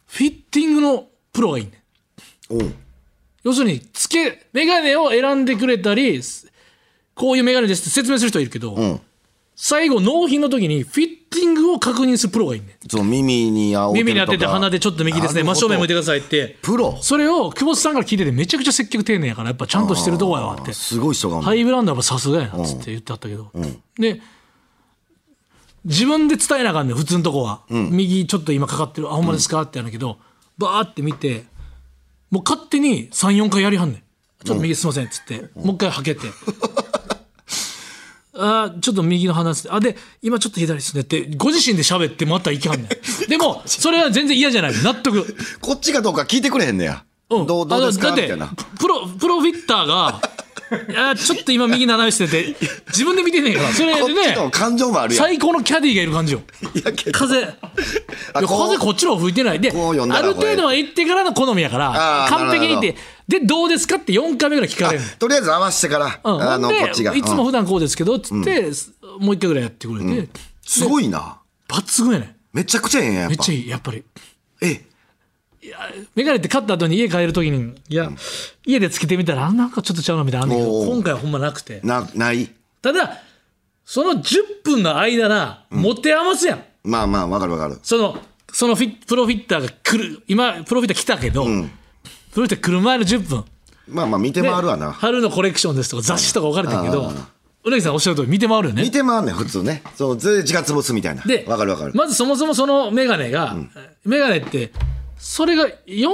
S3: フィッティングのプロがいいね
S4: おう。
S3: 要するにつけ眼鏡を選んでくれたりすこういう眼鏡ですって説明する人いるけど、
S4: うん。
S3: 最後納品の時にフィッティングを確認するプロがいいね
S4: そう、耳に当てるとか
S3: 耳に当てて鼻でちょっと右ですね
S4: なる
S3: 真
S4: ほ
S3: 正
S4: ど
S3: 面向いてくださいって
S4: プロ
S3: それを久保田さんから聞いててめちゃくちゃ接客丁寧やからやっぱちゃんとしてるとこやわって
S4: すごい人がおんの
S3: ハイブランドはやっぱさすがやなっつって言ってあったけど、で自分で伝えなあかんねん普通のとこは、右ちょっと今かかってるあほんまですかってやるけどバーって見てもう勝手に34回やりはんねんちょっと右すいませんっつって、もう一回はけて あーちょっと右の鼻ですねあで今ちょっと左ですねってご自身で喋ってまたいきはんねんでもそれは全然嫌じゃない納得
S4: こっちがどうか聞いてくれへんねや。
S3: うん
S4: どう、どうですか
S3: あ
S4: み
S3: だ
S4: た
S3: って
S4: いな。
S3: プロ、プロフィッタ ーが、いやちょっと今右斜めしてて、自分で見てんねえから、それ
S4: こっ
S3: で
S4: ちの
S3: ね、
S4: 感情もあるやん。
S3: 最高のキャディーがいる感じよ。
S4: いやけど
S3: 風。いや
S4: あこう
S3: 風こっちの方吹いてない。で、あ
S4: こう呼んだら
S3: る程度は行ってからの好みやから
S4: あ、ー
S3: 完璧に言っ
S4: な
S3: て、で、どうですかって4回目ぐらい聞かれるの。
S4: とりあえず合わせてから、
S3: うん、
S4: あの、
S3: ほん
S4: こ
S3: で
S4: っちが。
S3: いつも
S4: うん
S3: 普段こうですけど、つって、もう一回ぐらいやってくれて、
S4: すごいな。
S3: 抜群やねん
S4: めちゃくちゃええんや、やっ
S3: めっ
S4: ぱ
S3: ち。ゃいい、やっぱり。
S4: え、
S3: メガネって買った後に家帰るときに、いや、家でつけてみたら、あなんかちょっとちゃうなみたいなのあんねんけ
S4: お
S3: ど、
S4: う
S3: 今回はほんまなくて。
S4: な、ない。
S3: ただ、その10分の間な、持て余すやん。
S4: まあまあ、わかるわかる。
S3: その、そのフィプロフィッターが来る、今、プロフィッター来たけど、プロフィッター来る前の10分。
S4: まあまあ、見て回るわな。
S3: 春のコレクションですとか雑誌とか分かれてるけど、うなぎさんおっしゃる通り見て回るよ
S4: 見
S3: ね。
S4: て回んねん、普通ね。そう、ず時間潰すみたいな。
S3: で、
S4: わかるわかる。
S3: まずそもそもそのメガネが、メガネって、それが4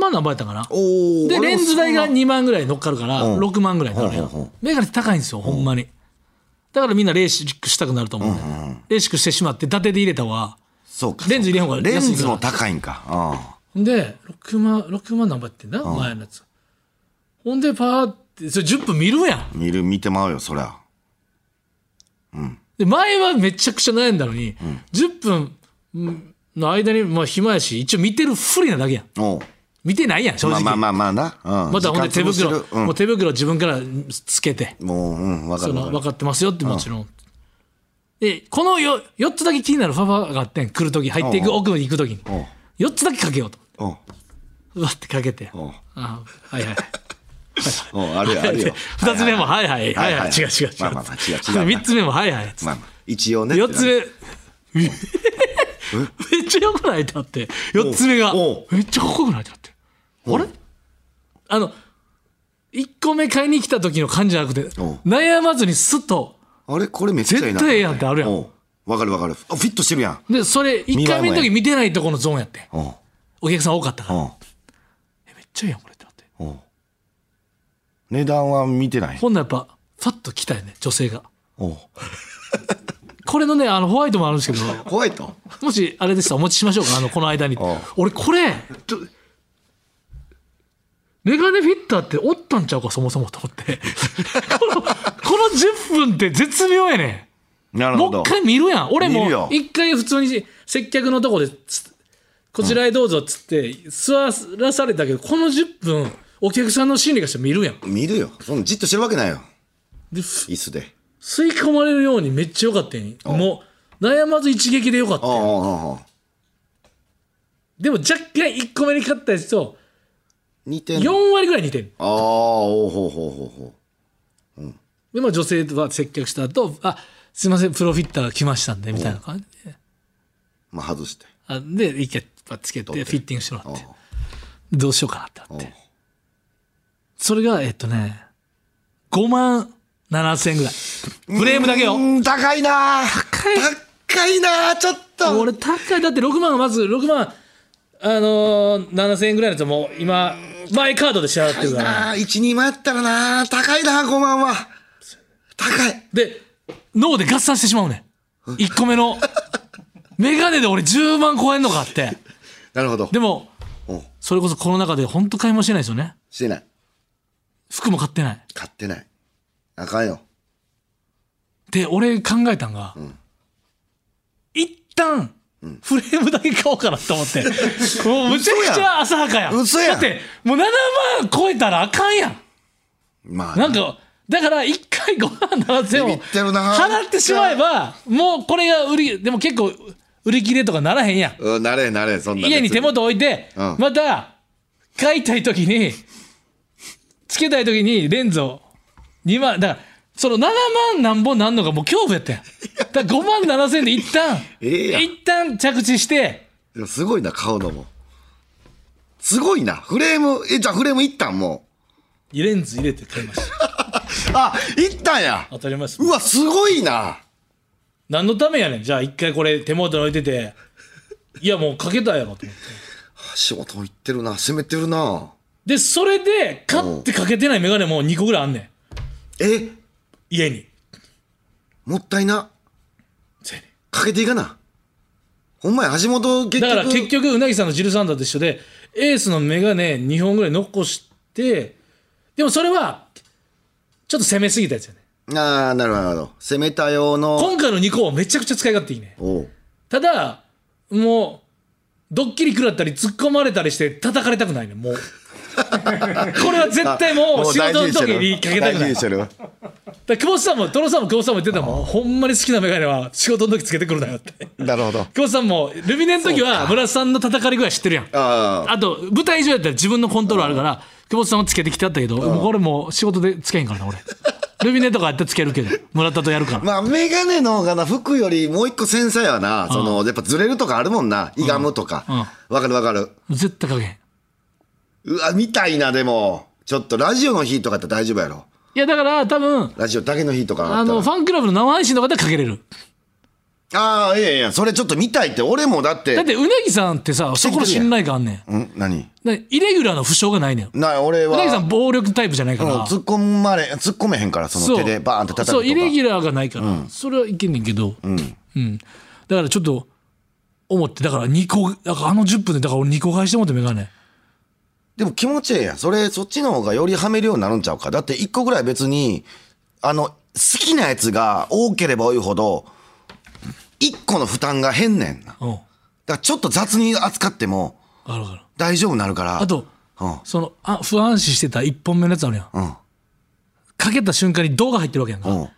S3: 万何倍やったかな。
S4: おー
S3: で、レンズ代が。
S4: 俺も
S3: 2万ぐらい乗っかるから、
S4: ん
S3: 6万ぐらいになるや
S4: うんうんうん
S3: ん。メガネって高いんですよ、ほんまに。だからみんなレーシックしたくなると思うね。レーシックしてしまって、伊達で入れたわ。
S4: そんなそうか。
S3: レンズ入れん方が安いから
S4: レンズも高いんか。あ
S3: で、6万、6万何倍やってんな、前のやつ。ほんで、パーって、それ10分見るやん。
S4: あ見る、見て回るよ、そりゃ。
S3: で、前はめちゃくちゃ悩んだのに、10分うんの間に、まあ暇やし、一応見てるふりなだけやん。
S4: おう
S3: 見てないやん、正
S4: まあ
S3: 直。
S4: まあまあまあな。うん。
S3: またほんで手
S4: 時間
S3: 袋、
S4: 潰してるうん
S3: もう手袋自分からつけて。
S4: もう、うん、わか
S3: そ
S4: る
S3: の
S4: わか
S3: 分
S4: る。
S3: かってますよってもちろん。でこのよ4つだけ気になるファファがあってん来る時入ってい
S4: う
S3: く
S4: んうん
S3: 奥に行く時に
S4: おう
S3: 4つだけかけようと
S4: おう
S3: うわってかけて
S4: おう
S3: あはいはい
S4: おうあるよ、ある よ。
S3: 2つ目もはいはいはいはい違う違う違う
S4: まあまあまあ違う違う
S3: 3つ目もはいはい
S4: まあまあ、一応ね。
S3: 4つ目 めっちゃよくないってなって4つ目が
S4: お
S3: めっちゃかっこよくないってなってあれあの1個目買いに来た時の感じじゃなくて
S4: おう
S3: 悩まずにスッと
S4: あれこれめっちゃいいな。
S3: 絶対ええやんってあるやん
S4: うわかるわかる。あ、フィットしてるやん。
S3: で、それ、1回目の時見てないとこのゾーンやってん。
S4: おう
S3: お客さん多かったから。
S4: おう
S3: えめっちゃいいやん、これってなって。
S4: おう値段は見てない。
S3: ほんならやっぱ、ファッと来たよね、女性が。
S4: おう
S3: これのね、あの、ホワイトもあるんですけど、
S4: ホワイト
S3: もし、あれでしたらお持ちしましょうか、あの、この間に
S4: おう。
S3: 俺、これ、ちょメガネフィッターっておったんちゃうか、そもそもと 思って。この、この10分って絶妙やね
S4: なる
S3: ん。
S4: ほ
S3: も
S4: ど。
S3: う一回見るやん。俺
S4: 見る
S3: も
S4: よ、
S3: 一回普通に接客のとこでつこちらへどうぞっつって座らされたけど、この10分お客さんの心理がして見るやん
S4: 見るよ。そのじっとしてるわけないよ。
S3: でふ
S4: 椅子で。
S3: 吸い込まれるようにめっちゃ良かったやんもう悩まず一撃で良かった
S4: おう
S3: や
S4: お
S3: ん
S4: うおうおう
S3: でも若干1個目に勝ったやつと
S4: 似てんの
S3: 4割ぐらい似てる
S4: ああ、おうほうほうほうほ
S3: でまあ女性とは接客した後あすいませんプロフィッターが来ましたんで」みたいな感じで
S4: う。まあ、外して。
S3: あで一回つけてフィッティングしてもらって
S4: おう
S3: どうしようかなってなってそれが、えっとね、5万7千円ぐらい。フレームだけよ
S4: う。ん、高いな高
S3: い
S4: 高いなちょっと。
S3: 俺高い。だって6万がまず、6万、あのー、7千円ぐらいのやつはもう今、マイカードで支払ってるから。
S4: あー、1、2万やったらな高いな5万は。高い。
S3: で、脳で合算してしまうねん。1個目の。メガネで俺10万超えんのかって。
S4: なるほど。
S3: でも、
S4: うん、
S3: それこそコロナ禍で本当買い物してないですよね。
S4: してない。
S3: 服も買ってない。
S4: 買ってない。あかんよ。
S3: で、俺考えたんが、一旦、フレームだけ買おうかなと思って。もうむちゃくちゃ浅はかやん。
S4: 嘘やん
S3: だって、もう7万超えたらあかんやん。
S4: まあ、
S3: なんか、だから一回5万7000
S4: ビ
S3: を
S4: ビってるな
S3: 払ってしまえば、もうこれが売り、でも結構売り切れとかならへんやん。
S4: うん、なれなれ、そんな。
S3: 家に手元置いて、
S4: うん
S3: また買いたい時につけたい時にレンズを2万だからその7万何本なんのがもう恐怖やったやんだから5万7千円で一旦
S4: ええやん
S3: 一旦着地して
S4: でもすごいな、買うのも。すごいな。フレーム、え、じゃあフレームいったんも
S3: レンズ入れて買いました
S4: う。あ、いったんや。
S3: 当たりました
S4: うわ、すごいな。
S3: 何のためやねんじゃあ一回これ手元に置いてていやもうかけたやろと思って
S4: 仕事行ってるな。攻めてるな。
S3: でそれで買ってかけてない眼鏡も2個ぐらいあんねん
S4: え、
S3: 家に
S4: もったいな。
S3: そうやねん
S4: かけていかな。ほんまや、橋本結局。
S3: だから結局うなぎさんのジルサンダーと一緒でエースの眼鏡2本ぐらい残してでもそれはちょっと攻めすぎたやつよね
S4: ああ、なるほどなるほど。攻めた用の。
S3: 今回の2個はめちゃくちゃ使い勝手いいね
S4: おう
S3: ただもうドッキリ食らったり突っ込まれたりして叩かれたくないねもう これは絶対もう仕事の時にかけたくない
S4: 大事にしてる大事にしてる
S3: だから久保田さんもトロさんも久保田さんも言ってたもんほんまに好きな眼鏡は仕事の時つけてくるなよって
S4: なるほど。あ
S3: 久保田さんもルミネの時は村田さんの叩かれ具合知ってるやん
S4: あ。
S3: あと舞台上やったら自分のコントロールあるから久保田さんもつけてきてあったけどもうこれもう仕事でつけへんからな 俺ルミネとかやったらつけるけど村田とやるから
S4: まあ、メガネの方がな、服よりもう一個繊細やな。その、やっぱずれるとかあるもんな。歪むとか。わ、かるわかる。
S3: 絶対かけへん
S4: うわ、みたいな、でも。ちょっとラジオの日とかやって大丈夫やろ。
S3: いやだから多分
S4: ラジオだけの日とかあ
S3: あ
S4: ったら
S3: のファンクラブの生配信の方はかけれる
S4: ああ、いやいや、それちょっと見たいって。俺もだって。
S3: だってうなぎさんってさそこの信頼感あんねんだか
S4: ん何
S3: らイレギュラーの負傷がないねんう
S4: ない、俺は。
S3: なぎさん暴力タイプじゃないか
S4: もう
S3: ら
S4: 突っ込まれ、突っ込めへんから、その手でバーンって叩くとか。
S3: そうイレギュラーがないから、それはいけんねんけど、うんだからちょっと思ってだから2個だからあの10分でだから俺2個買いしてもってメガネ
S4: でも気持ちええやん。それ、そっちの方がよりはめるようになるんちゃうか。だって一個ぐらい別に、あの、好きなやつが多ければ多いほど、一個の負担が変ねんな。だか
S3: うん
S4: らちょっと雑に扱っても
S3: あるから
S4: 大丈夫になるから。
S3: あ、と、
S4: うん
S3: そのあ不安視してた1本目のやつあるやん、
S4: うん
S3: かけた瞬間に銅が入ってるわけやんか、
S4: うん。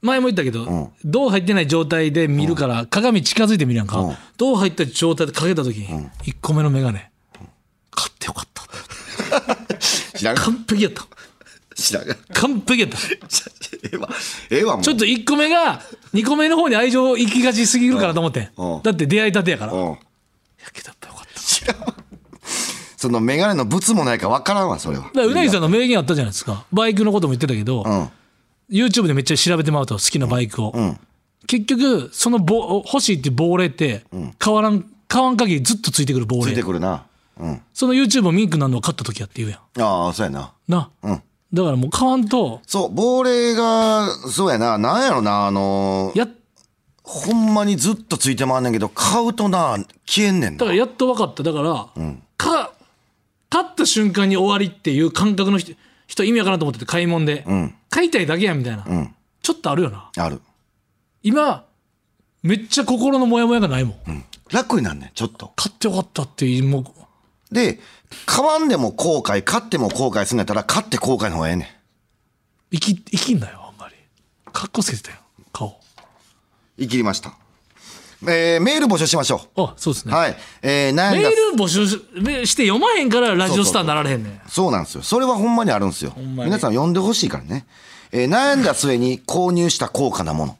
S3: 前も言ったけど、銅入ってない状態で見るから、鏡近づいて見るやんか、
S4: うん
S3: 銅入った状態でかけた時に、1個目の眼鏡、買ってよかった
S4: 知らん、
S3: 完璧やった
S4: 知らん。
S3: 完璧やった
S4: ええわ。ええわ、もう。
S3: ちょっと1個目が2個目の方に愛情行きがちすぎるからと思って、
S4: うんうん
S3: だって出会いたてやから、い
S4: うん。
S3: やけどやっぱよかった
S4: そのメガネのブツもないか分からんわ、それは。
S3: だからうなぎさんの名言あったじゃないですかバイクのことも言ってたけど、
S4: うん。
S3: YouTube でめっちゃ調べてもらうと好きなバイクを、
S4: ん
S3: 結局その棒欲しいって亡霊って変わらん変わん限りずっとついてくる亡
S4: ついて
S3: 霊
S4: くるな。うん。
S3: その YouTube をミンクなんのを買った時やって言うやん
S4: ああ、そうやな。
S3: な、
S4: うん
S3: だからもう買わんと
S4: そう、亡霊が、そうやな。なんやろな、あのー
S3: やっ
S4: ほんまにずっとついてまんねんけど、買うとな、消えんねん
S3: だ
S4: な。
S3: からやっと分かっただから、か買った瞬間に終わりっていう感覚の人人意味わからんと思ってて買い物で、
S4: ん
S3: 買いたいだけやみたいな、
S4: ん
S3: ちょっとあるよな
S4: ある。
S3: 今めっちゃ心のモヤモヤがないもん、
S4: 楽になんねん、ちょっと。
S3: 買ってよかったっていうもう
S4: で、買わんでも後悔、買っても後悔すんのやったら、買って後悔の方がええねん。
S3: 生き、生きんなよ、あんまり。かっこつけてたよ、顔。
S4: 言い切りました。えー、メール募集しましょ
S3: あ、そうです
S4: う。
S3: ね。
S4: はい。えー、悩ん
S3: メ
S4: だ。
S3: ール募集しして読まへんからラジオスターになられへんねん。
S4: そうなんですよ。それはほんまにあるんですよ。
S3: んまに
S4: 皆さん呼んでほしいからね。えー、悩んだ末に購入した高価なもの。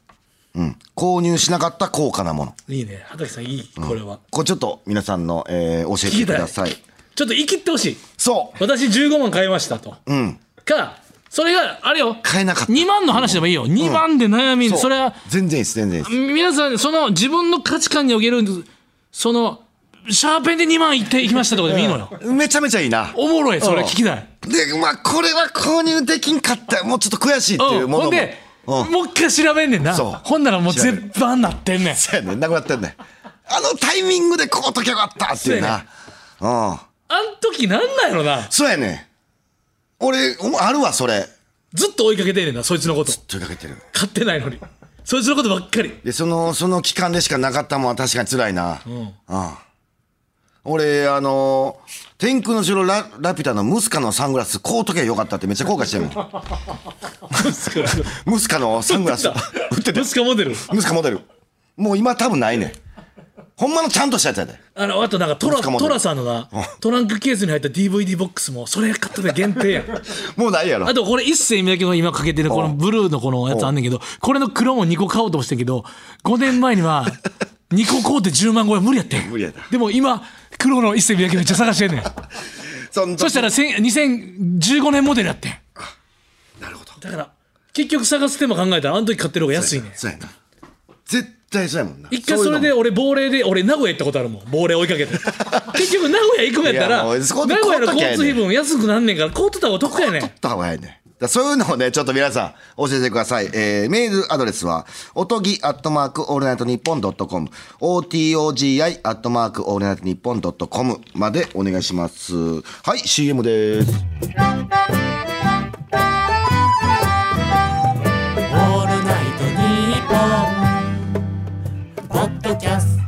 S4: うん。購入しなかった高価なもの。
S3: いいね。畑さん、いい、これは。
S4: これちょっと皆さんの、えー、教えてください。
S3: ちょっと生きってほしい。
S4: そう。
S3: 私15万買いましたと。
S4: うん。
S3: か、それが、あれよ。
S4: 買えなかった
S3: 2万の話でもいいよ。2万で悩み、
S4: そう
S3: それは、
S4: 全然いいです全然いいです
S3: 皆さん、その自分の価値観における、その、シャーペンで2万いっていきましたとかでもいいのよ。
S4: めちゃめちゃいいな
S3: おもろい、それ聞きたい。
S4: でまあこれは購入できんかったもうちょっと悔しいっていう
S3: うん、
S4: もの
S3: ほ
S4: も
S3: んで、
S4: う
S3: も
S4: ん
S3: う一回調べんねんな。
S4: そう
S3: ほんならもう
S4: 調べる
S3: 絶版なってんねん。
S4: そうやねんなくなってんねんあのタイミングでこうときゃよかったっていうなうん
S3: あん時なんなんやろな。
S4: そうやねん俺おあるわそれ
S3: ずっと追いかけてんねんな、そいつのこと。
S4: とかけてる
S3: 買ってないのに。そいつのことばっかり。
S4: でそのその期間でしかなかったもんは確かに辛いなうん、俺あの天空の城ララピュタのムスカのサングラスこうときゃよかったってめっちゃ後悔してる もんムスカのサングラス売ってて
S3: どっちかモデル。
S4: ムスカモデルもう今多分ないねんほんまのちゃんとしたやつやで
S3: あの、あとなんかトラ、
S4: どっちかモデル
S3: トラさんのな、トランクケースに入った DVD ボックスも、それ買ったで限定やん。
S4: もうないやろ
S3: あとこれ一世三宅の今かけてるこのブルーのこのやつあんねんけど、これの黒も2個買おうともしてんけど、5年前には2個買うて10万超え無理やってん。
S4: 無理やった
S3: でも今、黒の一世三宅めっちゃ探してんねん。
S4: そん
S3: そしたらせん2015年モデルやってん。なるほど。だから、結局探す手も考えたらあの時買ってる方が安いねん。
S4: そうやな絶対そうやもんな
S3: 一回それで俺亡霊で俺名古屋行ったことあるもん亡霊追いか けて結局名古屋行くんやった
S4: いや
S3: ら
S4: も
S3: 名
S4: うそこで
S3: 古屋の
S4: 買うときゃえ
S3: 交
S4: えね
S3: 通
S4: ん
S3: 費分安くなんねんから買うとった方が得やねん
S4: 取った方がいいね。だそういうのをね、ちょっと皆さん、教えてください。えー、メールアドレスは、おとぎアットマークオールナイトニッポンドットコム、OTOGI アットマークオールナイトニッポンドットコムまでお願いします。はい、CM です。
S2: オールナイトニッポン」ポッドキャスト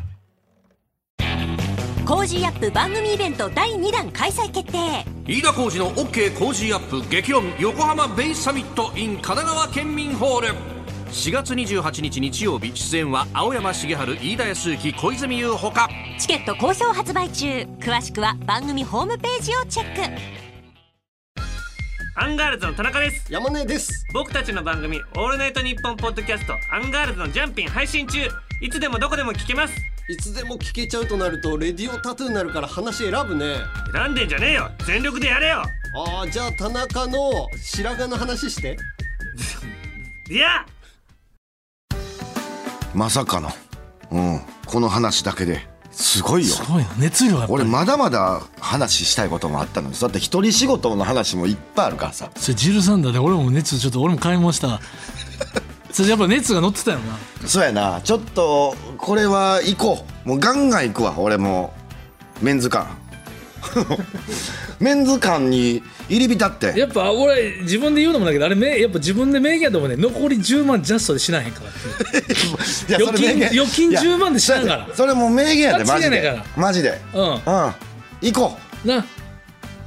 S5: コージーアップ番組イベント第2弾開催決定
S6: 飯田浩司の OK 工事アップ激論横浜ベイサミット in 神奈川県民ホール4月28日日曜日出演は青山茂春飯田康之小泉優ほか
S5: チケット好評発売中詳しくは番組ホームページをチェック
S7: アンガールズの田中です
S8: 山根です
S7: 僕たちの番組「オールナイトニッポン」ポッドキャスト「アンガールズのジャンピン」配信中いつでもどこでも聞けます
S8: いつでも聞けちゃうとなるとレディオタトゥーになるから話選ぶね
S7: 選んでんじゃねえよ全力でやれよ
S8: ああじゃあ田中の白髪の話して
S7: いや
S4: まさかの、うん、この話だけで、すごいよ。
S3: すごいな熱量はやっぱ
S4: 俺まだまだ話したいこともあったのにだって一人仕事の話もいっぱいあるからさ
S3: それジルサンダーで俺も熱ちょっと俺も買い物したそれやっぱ熱が乗ってたよな
S4: そうやなちょっとこれは行こうもうガンガン行くわ俺もメンズ館 メンズ館に入り浸って
S3: やっぱ俺自分で言うのもだけどあれめやっぱ自分で名言やと思うね残り10万ジャストで死なへんからって
S4: いやそれ
S3: 預金
S4: 名言
S3: 預金
S4: いや
S3: 10万でしな
S4: そ
S3: がら
S4: うやでそれもう名言やでマ
S3: ガチじ
S4: ジ
S3: ゃないか
S4: で
S3: ら
S4: マジで
S3: うん
S4: 行こ
S3: な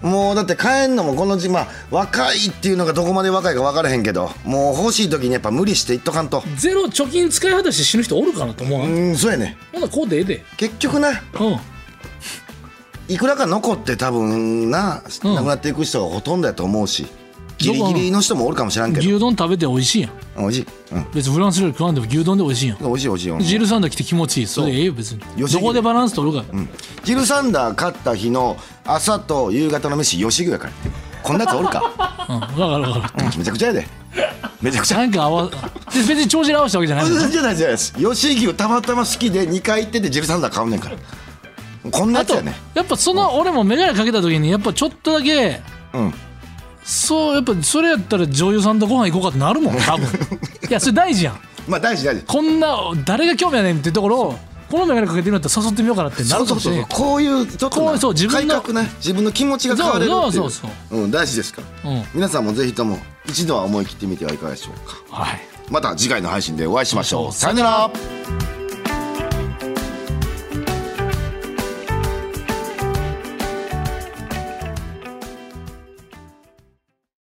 S4: うもうだって帰んのもこの時まあ若いっていうのがどこまで若いか分からへんけどもう欲しい時にやっぱ無理していっとかんと
S3: ゼロ貯金使い果たして死ぬ人おるかなと思う
S4: う
S3: わ
S4: んそうやね
S3: ほなこうでええで
S4: 結局な
S3: うん
S4: いくらか残って多分な
S3: うん
S4: 亡くなっていく人がほとんどやと思うしギリギリの人もおるかもしらんけど
S3: 牛丼食べて美味しいやん
S4: 美味しい、うん、
S3: 別にフランス料理食わんでも牛丼で美味しいやん
S4: 美味しい美味しいよ
S3: ジルサンダー来て気持ちいいそれでええよ別に
S4: よし
S3: どこでバランス取るか、
S4: ジルサンダー勝った日の朝と夕方の飯吉牛やからこんなやつおる か
S3: うん、分かる分かる
S4: めちゃくちゃやでめちゃくちゃ
S3: なんか合わで別に調子で合わせたわけじゃないもんな
S4: じゃないじゃないです吉牛たまたま好きで2回行っててジルサンダー買うねんからこんな
S3: あ
S4: やつ
S3: と
S4: やね
S3: やっぱその俺も眼鏡かけた時にやっぱちょっとだけ
S4: うん
S3: そうやっぱそれやったら女優さんとご飯行こうかってなるもん多分いやそれ大事やん
S4: まあ大事大事
S3: こんな誰が興味やねんっていうところをこの眼鏡かけてるんだったら誘ってみようかなってな
S4: そ
S3: る
S4: う
S3: か
S4: そ
S3: も
S4: う
S3: し
S4: そ
S3: れ
S4: う
S3: ない
S4: こういうちょっと
S3: こうそう自分の
S4: 改革ね自分の気持ちが変われるっていう
S3: そうそうそう
S4: うん、大事ですから、
S3: うん
S4: 皆さんもぜひとも一度は思い切ってみてはいかがでしょうか
S3: はい
S4: また次回の配信でお会いしましょうさよなら